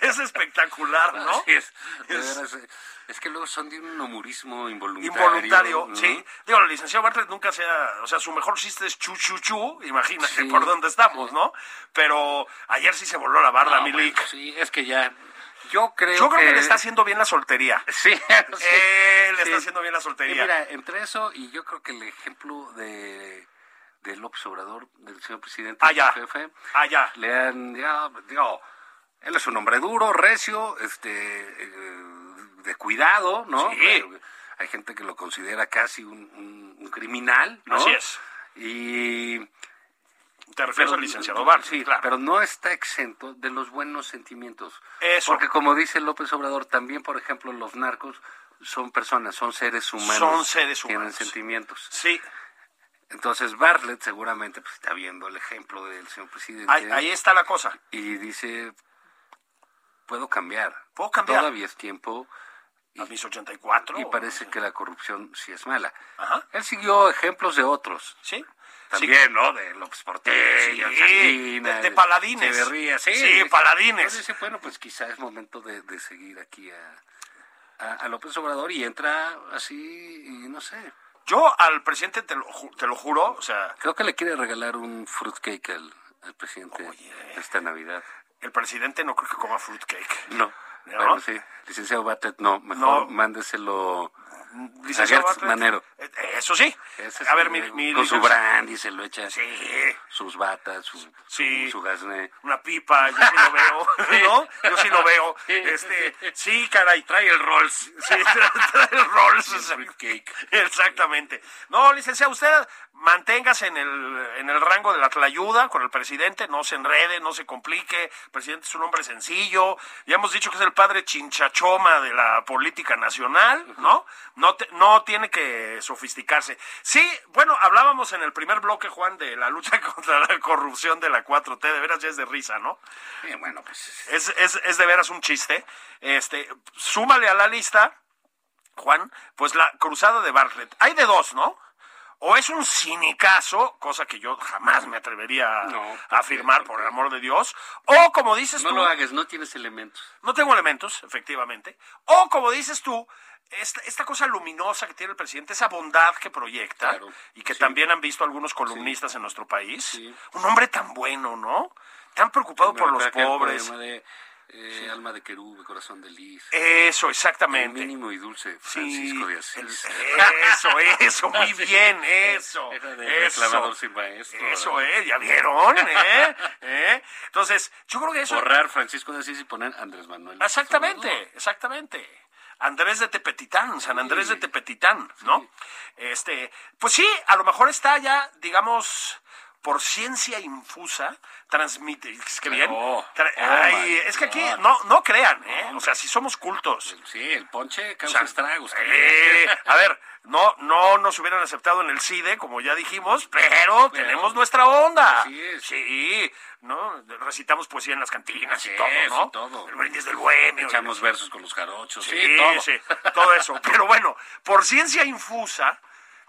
es espectacular, ¿no?
Así es, de veras, eh, es que luego son de un humorismo involuntario.
Involuntario,
¿no?
sí. Digo, el licenciado Bartlett nunca sea, o sea, su mejor chiste es chu chu chu, imagínate
Sí.
por dónde estamos, ¿no? Pero ayer sí se voló la barda,
Ah, bueno,
Milik.
sí, es que ya. Yo creo
Yo creo que... le está haciendo bien la soltería.
<laughs> Sí, sí,
Eh, le
sí.
está haciendo bien la
Y
soltería.
mira, entre eso y yo creo que el ejemplo de, de López Obrador, del señor presidente
Ah,
del
ya.
jefe,
Ah, ya.
le han, ya, digo, él es un hombre duro, recio, este, eh, de cuidado, ¿no?
Sí.
Pero Hay gente que lo considera casi un, un- un criminal, ¿no?
Así es.
Y
Te refieres al licenciado Bartlett.
Sí, pero no está exento de los buenos sentimientos.
Eso.
Porque como dice López Obrador, también, por ejemplo, los narcos son personas, son seres humanos.
Son seres
Tienen
humanos.
sentimientos.
Sí,
Entonces Bartlett seguramente pues, está viendo el ejemplo del señor presidente
ahí, ahí está la cosa.
y dice, puedo cambiar.
Puedo cambiar.
Todavía es tiempo
A mis 84.
y parece que la corrupción sí es mala.
Ajá.
Él siguió ejemplos de otros.
Sí.
También, ¿no? De López Portillo,
Sí,
Salinas,
de- de paladines.
Echeverría, sí.
Sí, paladines.
Entonces dice, bueno, pues quizá es momento de, de seguir aquí a, a, a López Obrador y entra así, y no sé.
Sí. Yo al presidente, te lo, ju- te lo juro, o sea,
Creo que le quiere regalar un fruitcake al, al presidente esta Navidad.
el presidente no creo que coma fruitcake.
No.
¿No?
Bueno, sí. Licenciado Batet, no. Mejor
No.
mándeselo.
Licenciado
A Gertz
Bartlett,
Manero.
eh, Eso sí.
Ese
A
es
ver,
el-
mi, mi
con su
licenciado-
brandy se lo echa.
Sí.
Sus batas, su,
Sí.
su, su gasné.
una pipa, yo sí
<laughs>
lo veo, ¿no? Yo sí lo veo.
Sí.
Este, sí, caray, trae el Rolls. Sí, <laughs> tra- trae el Rolls. Exactamente. No, licenciado, usted manténgase en el, en el rango de la tlayuda con el presidente, no se enrede, no se complique. El presidente es un hombre sencillo. Ya hemos dicho que es el padre chinchachoma de la política nacional, ¿no? No, te- no tiene que sofisticarse. Sí, bueno, hablábamos en el primer bloque, Juan, de la lucha <laughs> contra la corrupción de la 4T. De veras ya es de risa, ¿no?
Eh, bueno, pues.
Es, es, es de veras un chiste. Este, súmale a la lista, Juan, pues la cruzada de Bartlett. Hay de dos, ¿no? O es un cinicazo, cosa que yo jamás me atrevería a-
No,
a afirmar, por el amor de Dios. O como dices
No
tú,
lo hagas, no tienes elementos.
no tengo elementos, efectivamente. O como dices tú, esta, esta cosa luminosa que tiene el presidente, esa bondad que proyecta
Claro,
y que
sí.
también han visto algunos columnistas en nuestro país.
Sí.
Un hombre tan bueno, ¿no? Tan preocupado por
Me
los
recuerda aquel
pobres.
poema de, eh, Alma de querube, corazón de lis.
Eso,
el
exactamente.
mínimo y dulce
Sí,
Francisco de
el-
Asís.
eso, eso,
<laughs>
muy bien, eso.
Era de
eso.
reclamador sin maestro,
Eso
¿verdad?
es,
<laughs>
ya vieron, ¿eh? ¿Eh? Entonces, yo creo que eso.
Borrar Francisco de Asís y poner Andrés Manuel. López Obrador.
Exactamente, exactamente. Andrés de Tepetitán, San Andrés de Tepetitán, ¿no? Este, pues sí, a lo mejor está ya, digamos, por ciencia infusa, transmite, es que bien.
Claro.
Tra-
Oh,
ay,
my
es que aquí
God.
no, no crean, ¿eh? O sea, si somos cultos.
Sí, el ponche
O
causa
sea,
estragos.
eh, <laughs> a ver, no, no nos hubieran aceptado en el CIDE, E, como ya dijimos, pero tenemos nuestra onda.
así es.
Sí, ¿no? Recitamos poesía en las cantinas
Así
y todo,
es,
¿no?
y todo.
El brindis del bohemio.
Echamos versos con los jarochos. Sí,
Sí,
todo.
sí, <laughs> todo eso. Pero bueno, por ciencia infusa,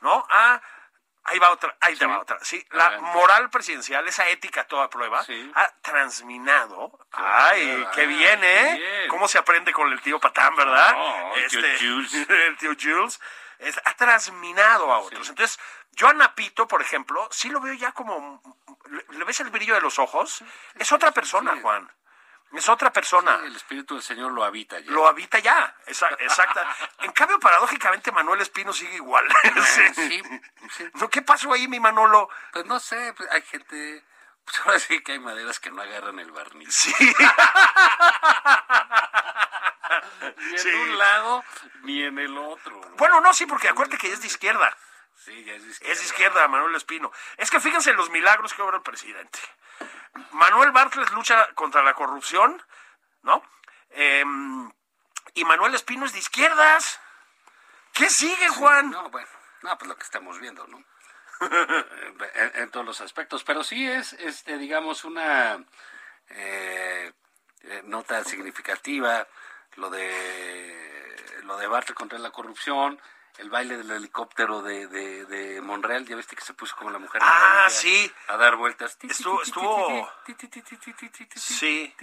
¿no? Ah, ahí va otra, ahí te
Sí.
va otra. Sí, la
Adelante.
moral presidencial, esa ética a toda prueba,
Sí.
ha transminado. Ay,
barbaridad.
qué bien, ¿eh?
Qué bien.
¿Cómo se aprende con el tío Patán, verdad? Este,
No, el tío Jules.
<laughs> el tío Jules. es- ha transminado a otros. Entonces, yo a Napito, por ejemplo, sí lo veo ya como. ¿Le, le ves el brillo de los ojos? Es otra persona,
sí.
Juan. Es otra persona
El espíritu del Señor lo habita ya.
lo habita ya. Esa- exacta. En cambio, paradójicamente, Manuel Espino sigue igual. <laughs> Sí.
Sí, sí.
No, ¿Qué pasó ahí, mi Manolo?
Pues no sé, pues hay gente. Pues ahora sí que hay maderas que no agarran el barniz.
Sí. <laughs>
Ni en
Sí.
un lado, ni en el otro. ¿no?
Bueno, no, sí, porque acuérdate que es de izquierda.
Sí, ya es de izquierda.
Es de izquierda, Manuel Espino. Es que fíjense los milagros que obra el presidente. Manuel Bartlett lucha contra la corrupción, ¿no? Em, y Manuel Espino es de izquierdas. ¿Qué sigue, Juan?
No, bueno, no, pues lo que estamos viendo, ¿no? en, en todos los aspectos, pero sí es, este, digamos, una eh, eh, nota significativa lo de lo de Bartlett contra la corrupción, el baile del helicóptero de, de, de Monreal, ya viste que se puso como la mujer
Ah,
maravilla
sí.
a dar vueltas.
Estuvo- estuvo- Sí.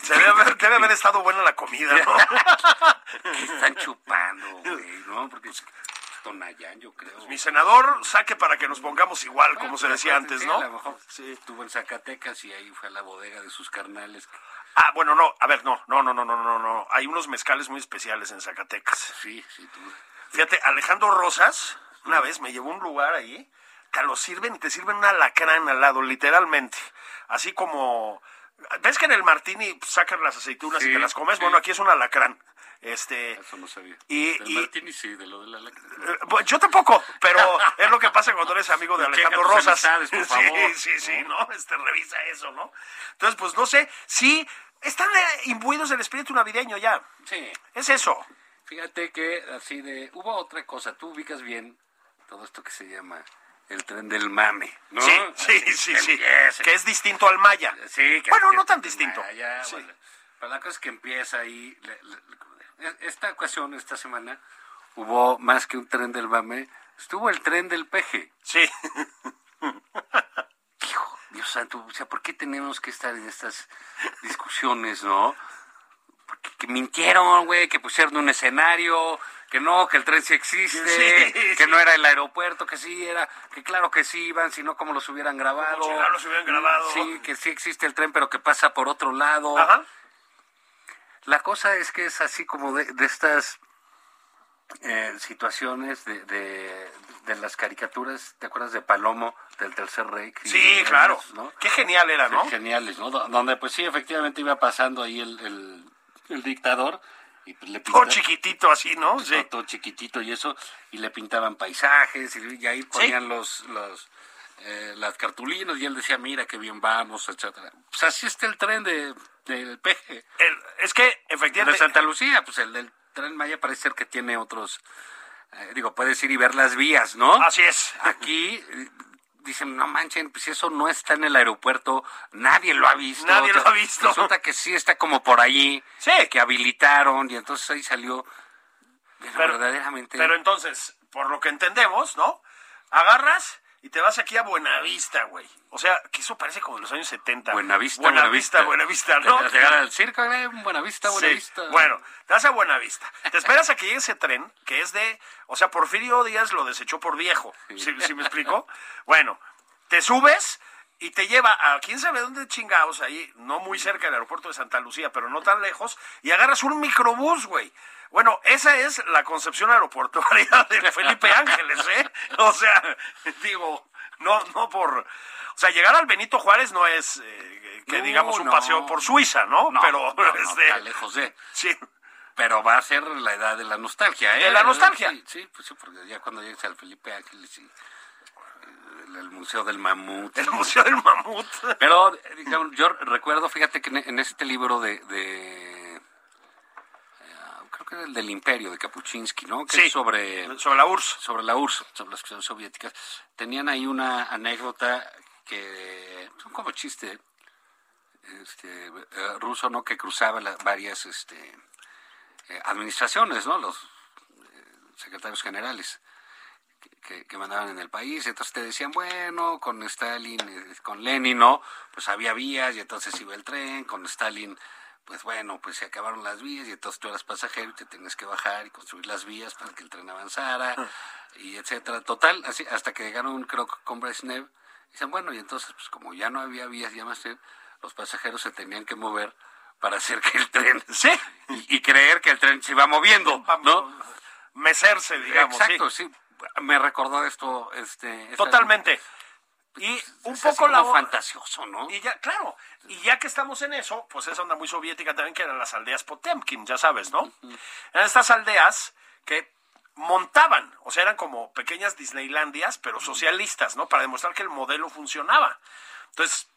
Se debe
ve
haber, debe haber estado buena la comida,
<laughs>
¿no?
están chupando, güey, ¿no? Porque es Tonayán, yo creo.
Pues Mi senador, saque para que nos pongamos igual, como se decía
Aparte, sí,
antes,
A lo
¿no?
mejor estuvo en Zacatecas y ahí fue a la bodega de sus carnales.
Ah, bueno, no, a ver, no, no, no, no, no, no, no. Hay unos mezcales muy especiales en Zacatecas.
Sí, sí, tú.
Fíjate, Alejandro Rosas, una vez me llevó a un lugar ahí, te lo sirven y te sirven una alacrán al lado, literalmente. Así como, ¿ves que en el martini sacan las aceitunas y
Sí,
te las comes?
sí.
Bueno, aquí es un alacrán. Este,
Eso no sabía.
Y-
Del
y-
Martini sí, de lo de la
eh, bueno, yo tampoco, pero <laughs> es lo que pasa cuando eres amigo de
Checa
Alejandro
tus
Rosas.
amistades, por favor.
<laughs> Sí, sí, sí, ¿no? Este, revisa eso, ¿no? Entonces, pues no sé, sí, están eh, imbuidos del espíritu navideño ya.
Sí.
Es eso.
Fíjate que así de. Hubo otra cosa. Tú ubicas bien todo esto que se llama el tren del mame, ¿no?
Sí,
Así,
Mm, sí, sí, sí.
empieza.
Que es distinto al maya.
Sí, que-
bueno,
que-
no tan distinto.
Ah, ya,
Sí.
bueno. Pero la cosa es que empieza ahí. le- le- le- esta ocasión, esta semana, hubo más que un tren del mame. Estuvo el tren del peje.
Sí.
Hijo, Dios santo, o sea, ¿por qué tenemos que estar en estas discusiones, no? Porque que mintieron, güey, que pusieron un escenario, que no, que el tren sí existe,
<laughs> Sí,
que
sí.
no era el aeropuerto, que sí era, que claro que sí iban, si no, como los hubieran grabado.
si no los hubieran grabado.
Sí, que sí existe el tren, pero que pasa por otro lado.
Ajá.
La cosa es que es así como de, de estas eh, situaciones de, de- de las caricaturas, ¿te acuerdas de Palomo, del Tercer Rey?
Sí, claro.
¿no?
Qué genial era, ¿no?
Geniales, ¿no? Do- Donde pues sí, efectivamente iba pasando ahí el, el, el dictador y pues le
Todo
pintaban
chiquitito así, ¿no? Sí.
todo chiquitito y eso, y le pintaban paisajes y, y ahí ponían los, los eh, las cartulinas y él decía, mira qué bien vamos, etcétera. Pues así está el tren de, del peje.
El- es que,
De
efectivamente.
Santa Lucía, pues el del tren Maya parece ser que tiene otros, eh, digo, puedes ir y ver las vías, ¿no?
Así es.
Aquí eh, dicen, no manchen, pues eso no está en el aeropuerto, nadie lo ha visto.
Nadie
O sea,
lo ha visto.
Resulta que sí está como por allí,
Sí.
que habilitaron y entonces ahí salió bueno,
Pero-
verdaderamente...
Pero entonces, por lo que entendemos, ¿no? Agarras y te vas aquí a Buenavista, güey. O sea, que eso parece como de los años 70.
Buenavista,
Buenavista, Buenavista, ¿no?
Al Llegar al circo, eh, Buenavista,
Sí.
Buenavista.
Bueno, te vas a Buenavista. Te esperas a que llegue ese tren, que es de. O sea, Porfirio Díaz lo desechó por viejo. si me explico? Bueno, te subes y te lleva a quién sabe dónde chingados, ahí, no muy cerca del aeropuerto de Santa Lucía, pero no tan lejos, y agarras un microbús, güey. Bueno, esa es la concepción aeroportuaria de Felipe Ángeles, ¿eh? O sea, digo, no, no por. O sea, llegar al Benito Juárez no es eh, que
No,
digamos un
no.
paseo por Suiza, ¿no?
No, no,
pero
no,
este,
está lejos eh. de...
Sí, <laughs>
Pero va a ser la edad de la nostalgia, ¿eh?
De la nostalgia.
Sí, sí, pues sí, porque ya cuando llegues al Felipe Ángeles y eh, el, el Museo del Mamut.
el Museo del Mamut.
Pero, eh, digamos, yo recuerdo, fíjate que en, en este libro de... de, eh, creo que era el del Imperio, de Kapuczynski, ¿no? Que
Sí,
es sobre
sobre la URSS.
sobre la URSS, sobre las cuestiones soviéticas, tenían ahí una anécdota que son como chiste este, eh, ruso, ¿no? Que cruzaba las varias este, eh, administraciones, ¿no? Los eh, secretarios generales que, que- que mandaban en el país. Entonces te decían, bueno, con Stalin, eh, con Lenin, ¿no? Pues había vías y entonces iba el tren, con Stalin. Pues bueno, pues se acabaron las vías y entonces tú eras pasajero y te tenías que bajar y construir las vías para que el tren avanzara y etcétera. Total, así hasta que llegaron, creo que con Brezhnev, dicen, bueno, y entonces, pues como ya no había vías, ya más bien, los pasajeros se tenían que mover para hacer que el tren...
Sí.
Y, y creer que el tren se iba moviendo, ¿no?
Mecerse, digamos.
Exacto,
sí.
sí. Me recordó esto, este... esta-
Totalmente. Y un
es Pues, así
poco la
como
o-
fantasioso, ¿no?
Y ya, claro, y ya que estamos en eso, pues esa onda muy soviética también, que eran las aldeas Potemkin, ya sabes, ¿no? Eran estas aldeas que montaban, o sea, eran como pequeñas Disneylandias, pero socialistas, ¿no? Para demostrar que el modelo funcionaba. Entonces,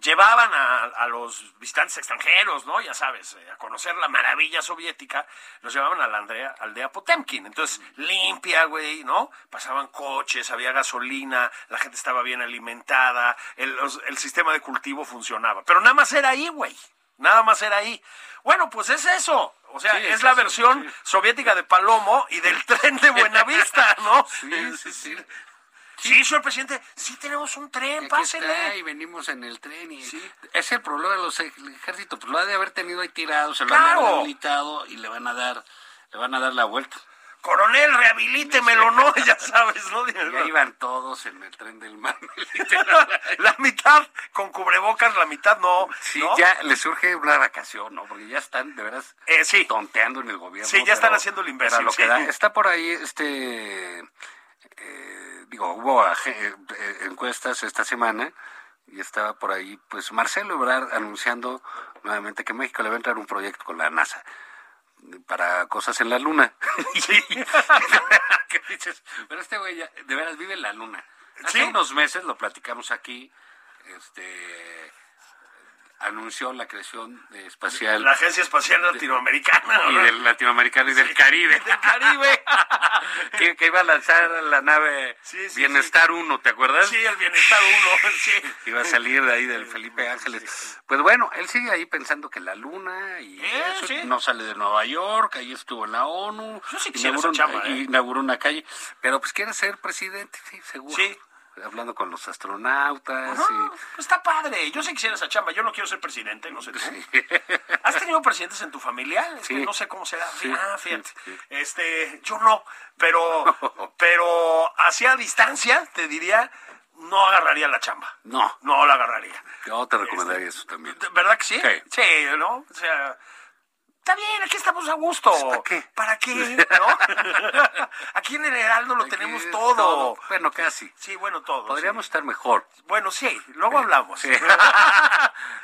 llevaban a, a los visitantes extranjeros, ¿no? Ya sabes, eh, a conocer la maravilla soviética, los llevaban a la aldea, aldea Potemkin. Entonces, limpia, güey, ¿no? Pasaban coches, había gasolina, la gente estaba bien alimentada, el, los- el sistema de cultivo funcionaba. Pero nada más era ahí, güey. Nada más era ahí. Bueno, pues es eso. O sea,
Sí,
es
es
la
eso,
versión
sí.
soviética de Palomo
<laughs>
y del tren de Buenavista, ¿no?
Sí, sí, sí.
Sí, señor presidente, sí tenemos un tren,
Aquí está,
pásele.
y venimos en el tren y es el problema de los ej- el ejército, pues lo ha de haber tenido ahí tirado, se lo
¡Claro!
han habilitado y le van a dar, le van a dar la vuelta.
coronel, rehabilítemelo, ¿no? <laughs> Ya sabes, ¿no?
Y ahí van todos en el tren del <laughs> mar.
<laughs>
<laughs>
La mitad con cubrebocas, la mitad no.
Sí,
¿no?
ya le surge una vacación, ¿no? Porque ya están, de veras,
Eh, sí.
tonteando en el gobierno.
Sí, ya están haciendo el
pero
imbécil,
lo que
sí.
da- Está por ahí este... eh, digo, hubo aje- eh, encuestas esta semana y estaba por ahí, pues, Marcelo Ebrard anunciando nuevamente que México le va a entrar un proyecto con la NASA. para cosas en la luna. <laughs> ¿Qué dices? Pero este güey ya, de veras vive en la luna. Hace
Sí.
unos meses lo platicamos aquí, este anunció la creación de espacial
La Agencia Espacial Latinoamericana.
y
¿no?
del latinoamericano y del Caribe.
<laughs> Del Caribe.
<laughs> que, que iba a lanzar la nave
Sí, sí,
Bienestar 1, ¿te acuerdas?
Sí, el bienestar uno. <laughs> Sí.
<laughs> Iba a salir de ahí del Felipe Ángeles. Pues bueno, él sigue ahí pensando que la luna y
Eh,
eso,
sí.
no sale de Nueva York, ahí estuvo en la ONU,
Yo sí quisiera
inauguró,
esa chamba, ¿eh?
inauguró una calle, pero pues quiere ser presidente, sí, seguro.
Sí.
Hablando con los astronautas
No, pues Está padre. Yo sé que quisiera esa chamba. Yo no quiero ser presidente, no sé tú. <laughs> ¿Has tenido presidentes en tu familia? Es que
Sí.
no sé cómo será.
Sí,
Ah,
sí,
fíjate.
sí.
Este, yo no,
<laughs>
pero, pero hacia distancia, te diría, no agarraría la chamba.
No.
No la agarraría.
y yo
Este,
te recomendaría eso también.
¿De- ¿Verdad que sí?
Sí.
¿no? O sea, está bien, aquí estamos a gusto.
¿Para qué?
¿Para qué?
<laughs>
¿No? <laughs> aquí en el Heraldo lo
Aquí
tenemos
es
todo.
Bueno, casi.
Sí, bueno, todo.
Podríamos
sí.
estar mejor.
Bueno, sí, luego hablamos.
Sí. <laughs>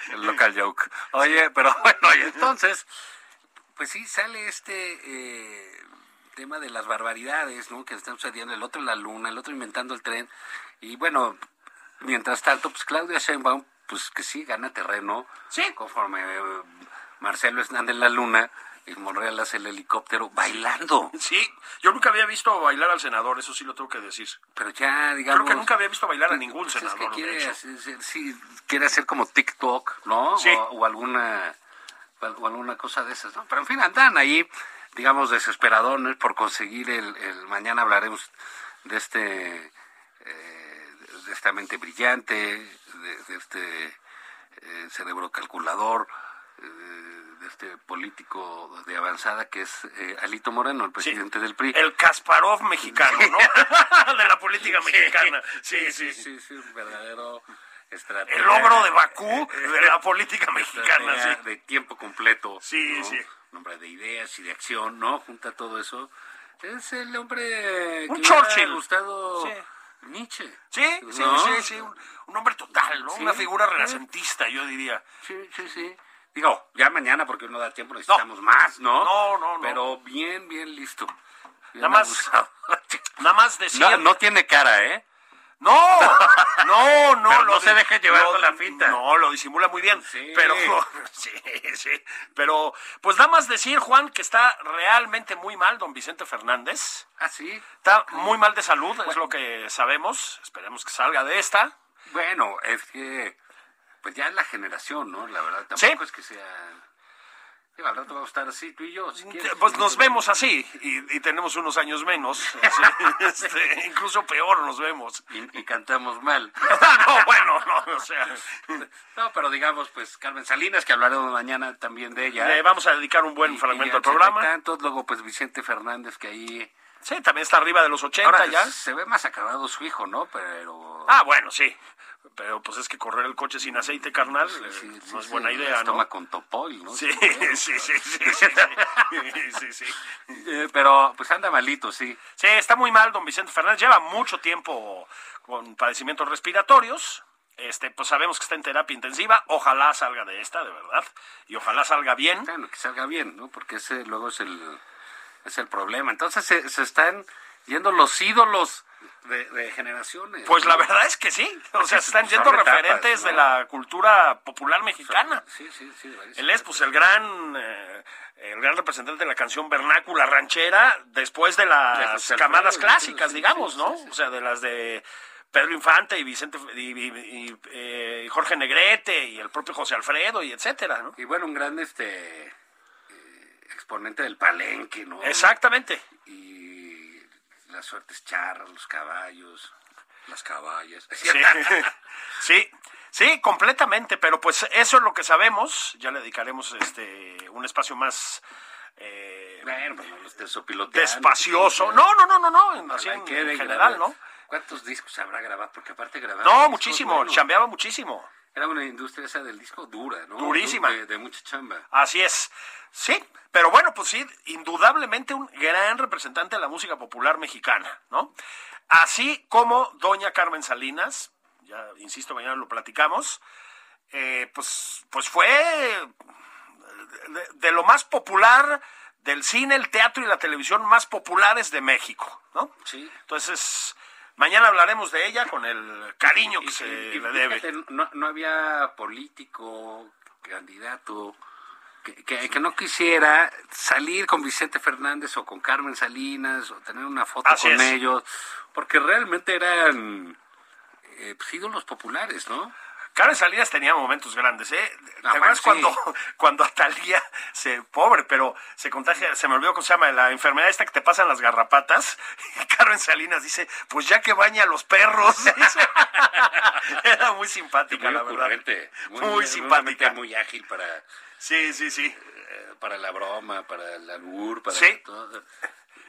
El local joke. Oye, pero bueno, y entonces, pues sí, sale este eh, tema de las barbaridades, ¿no? Que están sucediendo, el otro en la luna, el otro inventando el tren. Y bueno, mientras tanto, pues Claudia Sheinbaum, pues que sí, gana terreno.
Sí.
Conforme eh, Marcelo Hernández en la luna, y Monreal hace el helicóptero bailando.
<laughs> Sí, yo nunca había visto bailar al senador, eso sí lo tengo que decir.
Pero ya, digamos...
Creo que nunca había visto bailar a ningún
Pues
senador.
Es que
de
quiere
hecho.
hacer, hacer- sí, quiere hacer como TikTok, ¿no?
Sí.
O, o alguna o alguna cosa de esas, ¿no? Pero en fin, andan ahí, digamos, desesperadones por conseguir el, el- mañana hablaremos de este eh, de esta mente brillante, de, de este eh, cerebro calculador, eh, de este político de avanzada que es eh, Alito Moreno, el
Sí.
presidente del PRI.
El Kasparov mexicano,
<laughs>
¿no? de la política mexicana. Sí, sí,
sí, sí, sí, un verdadero estratega.
El logro
<laughs>
de Bakú de la política mexicana,
Tarea
sí.
de tiempo completo.
Sí,
¿no?
sí.
Un hombre de ideas y de acción, ¿no? Junta todo eso. Es el hombre.
Un
que hubiera
Churchill.
gustado
Sí.
Nietzsche.
Sí, sí,
¿no?
sí, sí, un, un hombre total, ¿no?
Sí.
Una figura renacentista, yo diría.
Sí, sí, sí. Digo, ya mañana porque no da tiempo, necesitamos
No.
más, ¿no?
No, no, no.
Pero bien, bien listo. Bien
Nada más-
abusado.
<laughs> Nada más decir...
No, no tiene cara, ¿eh? <laughs>
No, no, no.
Pero no se
di-
deje llevar
lo-
con la finta.
No, lo disimula muy bien.
Sí.
Pero, <laughs> sí, sí. Pero, pues nada más decir, Juan, que está realmente muy mal don Vicente Fernández.
Ah, sí.
Está muy mal de salud, es lo que sabemos. Esperemos que salga de esta.
Bueno, es que pues ya es la generación, ¿no? La verdad,
Sí.
tampoco es que sea... Digo, al rato vamos a estar así, tú y yo, si quieres.
Pues nos vemos así y, y tenemos unos
<laughs>
años menos. Sí, este, incluso peor nos vemos.
Y, y cantamos
<laughs>
mal.
no, bueno, no, o sea.
No, pero digamos, pues Carmen Salinas, que hablaremos mañana también de ella.
Le vamos a dedicar un buen
Y- y
fragmento
ya
al programa.
Tantos, luego pues Vicente Fernández, que ahí...
Sí, también está arriba de los 80
Ahora
ya.
se ve más acabado su hijo, ¿no? Pero...
Ah, bueno, sí. Pero pues es que correr el coche sin aceite, carnal, eh,
sí, sí,
no es
se
buena idea,
las
¿no?
Toma con topoil, ¿no?
Sí, sí, sí, sí, sí, sí, sí, sí.
Eh, Pero pues anda malito, sí.
Sí, está muy mal don Vicente Fernández. Lleva mucho tiempo con padecimientos respiratorios. Este, pues sabemos que está en terapia intensiva. Ojalá salga de esta, de verdad. Y ojalá salga bien.
Bueno, que salga bien, ¿no? Porque ese luego es el, es el problema. Entonces se, se están yendo los ídolos de, de generaciones.
Pues la
¿no?
verdad es que sí. O
<laughs>
sea, se están
Pues Son
yendo
etapas,
referentes de
¿no?
la cultura popular mexicana.
Sí, sí, sí. varias-
Él es pues el gran eh, el gran representante de la canción vernácula ranchera después de
De
las
José Alfredo,
camadas
sí,
clásicas,
sí,
digamos,
sí,
¿no?
sí, sí.
O sea, de las de Pedro Infante y Vicente y, y- y, eh, Jorge Negrete y el propio José Alfredo y etcétera, ¿no?
Y bueno, un gran este eh, exponente del palenque, ¿no? <laughs>
Exactamente.
Y las suertes charras, los caballos, las caballas.
Sí. <laughs> sí, sí, completamente, pero pues eso es lo que sabemos. Ya le dedicaremos este un espacio más eh,
<laughs> Bueno, pues no los tesopilotean.
despacioso. No, no, no, no, no, así en,
quede
en general, ¿no?
¿Cuántos discos habrá grabado? Porque aparte grababa.
No,
discos,
muchísimo,
bueno.
chambeaba muchísimo.
Era una industria esa del disco dura, ¿no?
Durísima.
De, de mucha chamba.
Así es. Sí, pero bueno, pues sí, indudablemente un gran representante de la música popular mexicana, ¿no? Así como doña Carmen Salinas, ya insisto, mañana lo platicamos, eh, pues, pues fue de, de lo más popular del cine, el teatro y la televisión más populares de México, ¿no?
Sí.
Entonces, mañana hablaremos de ella con el cariño que
Y-
se
y- y
le pues, eh, debe.
fíjate, no, no había político, candidato, que, que- que no quisiera salir con Vicente Fernández o con Carmen Salinas o tener una foto
Así
con
es.
ellos, porque realmente eran eh, pues, ídolos populares, ¿no?
Carmen Salinas tenía momentos grandes, ¿eh? ¿Te
Ah,
acuerdas
bueno, sí.
cuando, <laughs> cuando Atalía se, pobre, pero se contagia, se me olvidó cómo se llama, la enfermedad esta que te pasan las garrapatas? <laughs> Y Carmen Salinas dice, pues ya que baña a los perros. <laughs> Era muy simpática,
Muy
la verdad.
ocurrente,
Muy,
muy
simpática.
simpática, muy ágil para
Sí, sí, sí.
eh, para la broma, para el albur, para
Sí.
todo.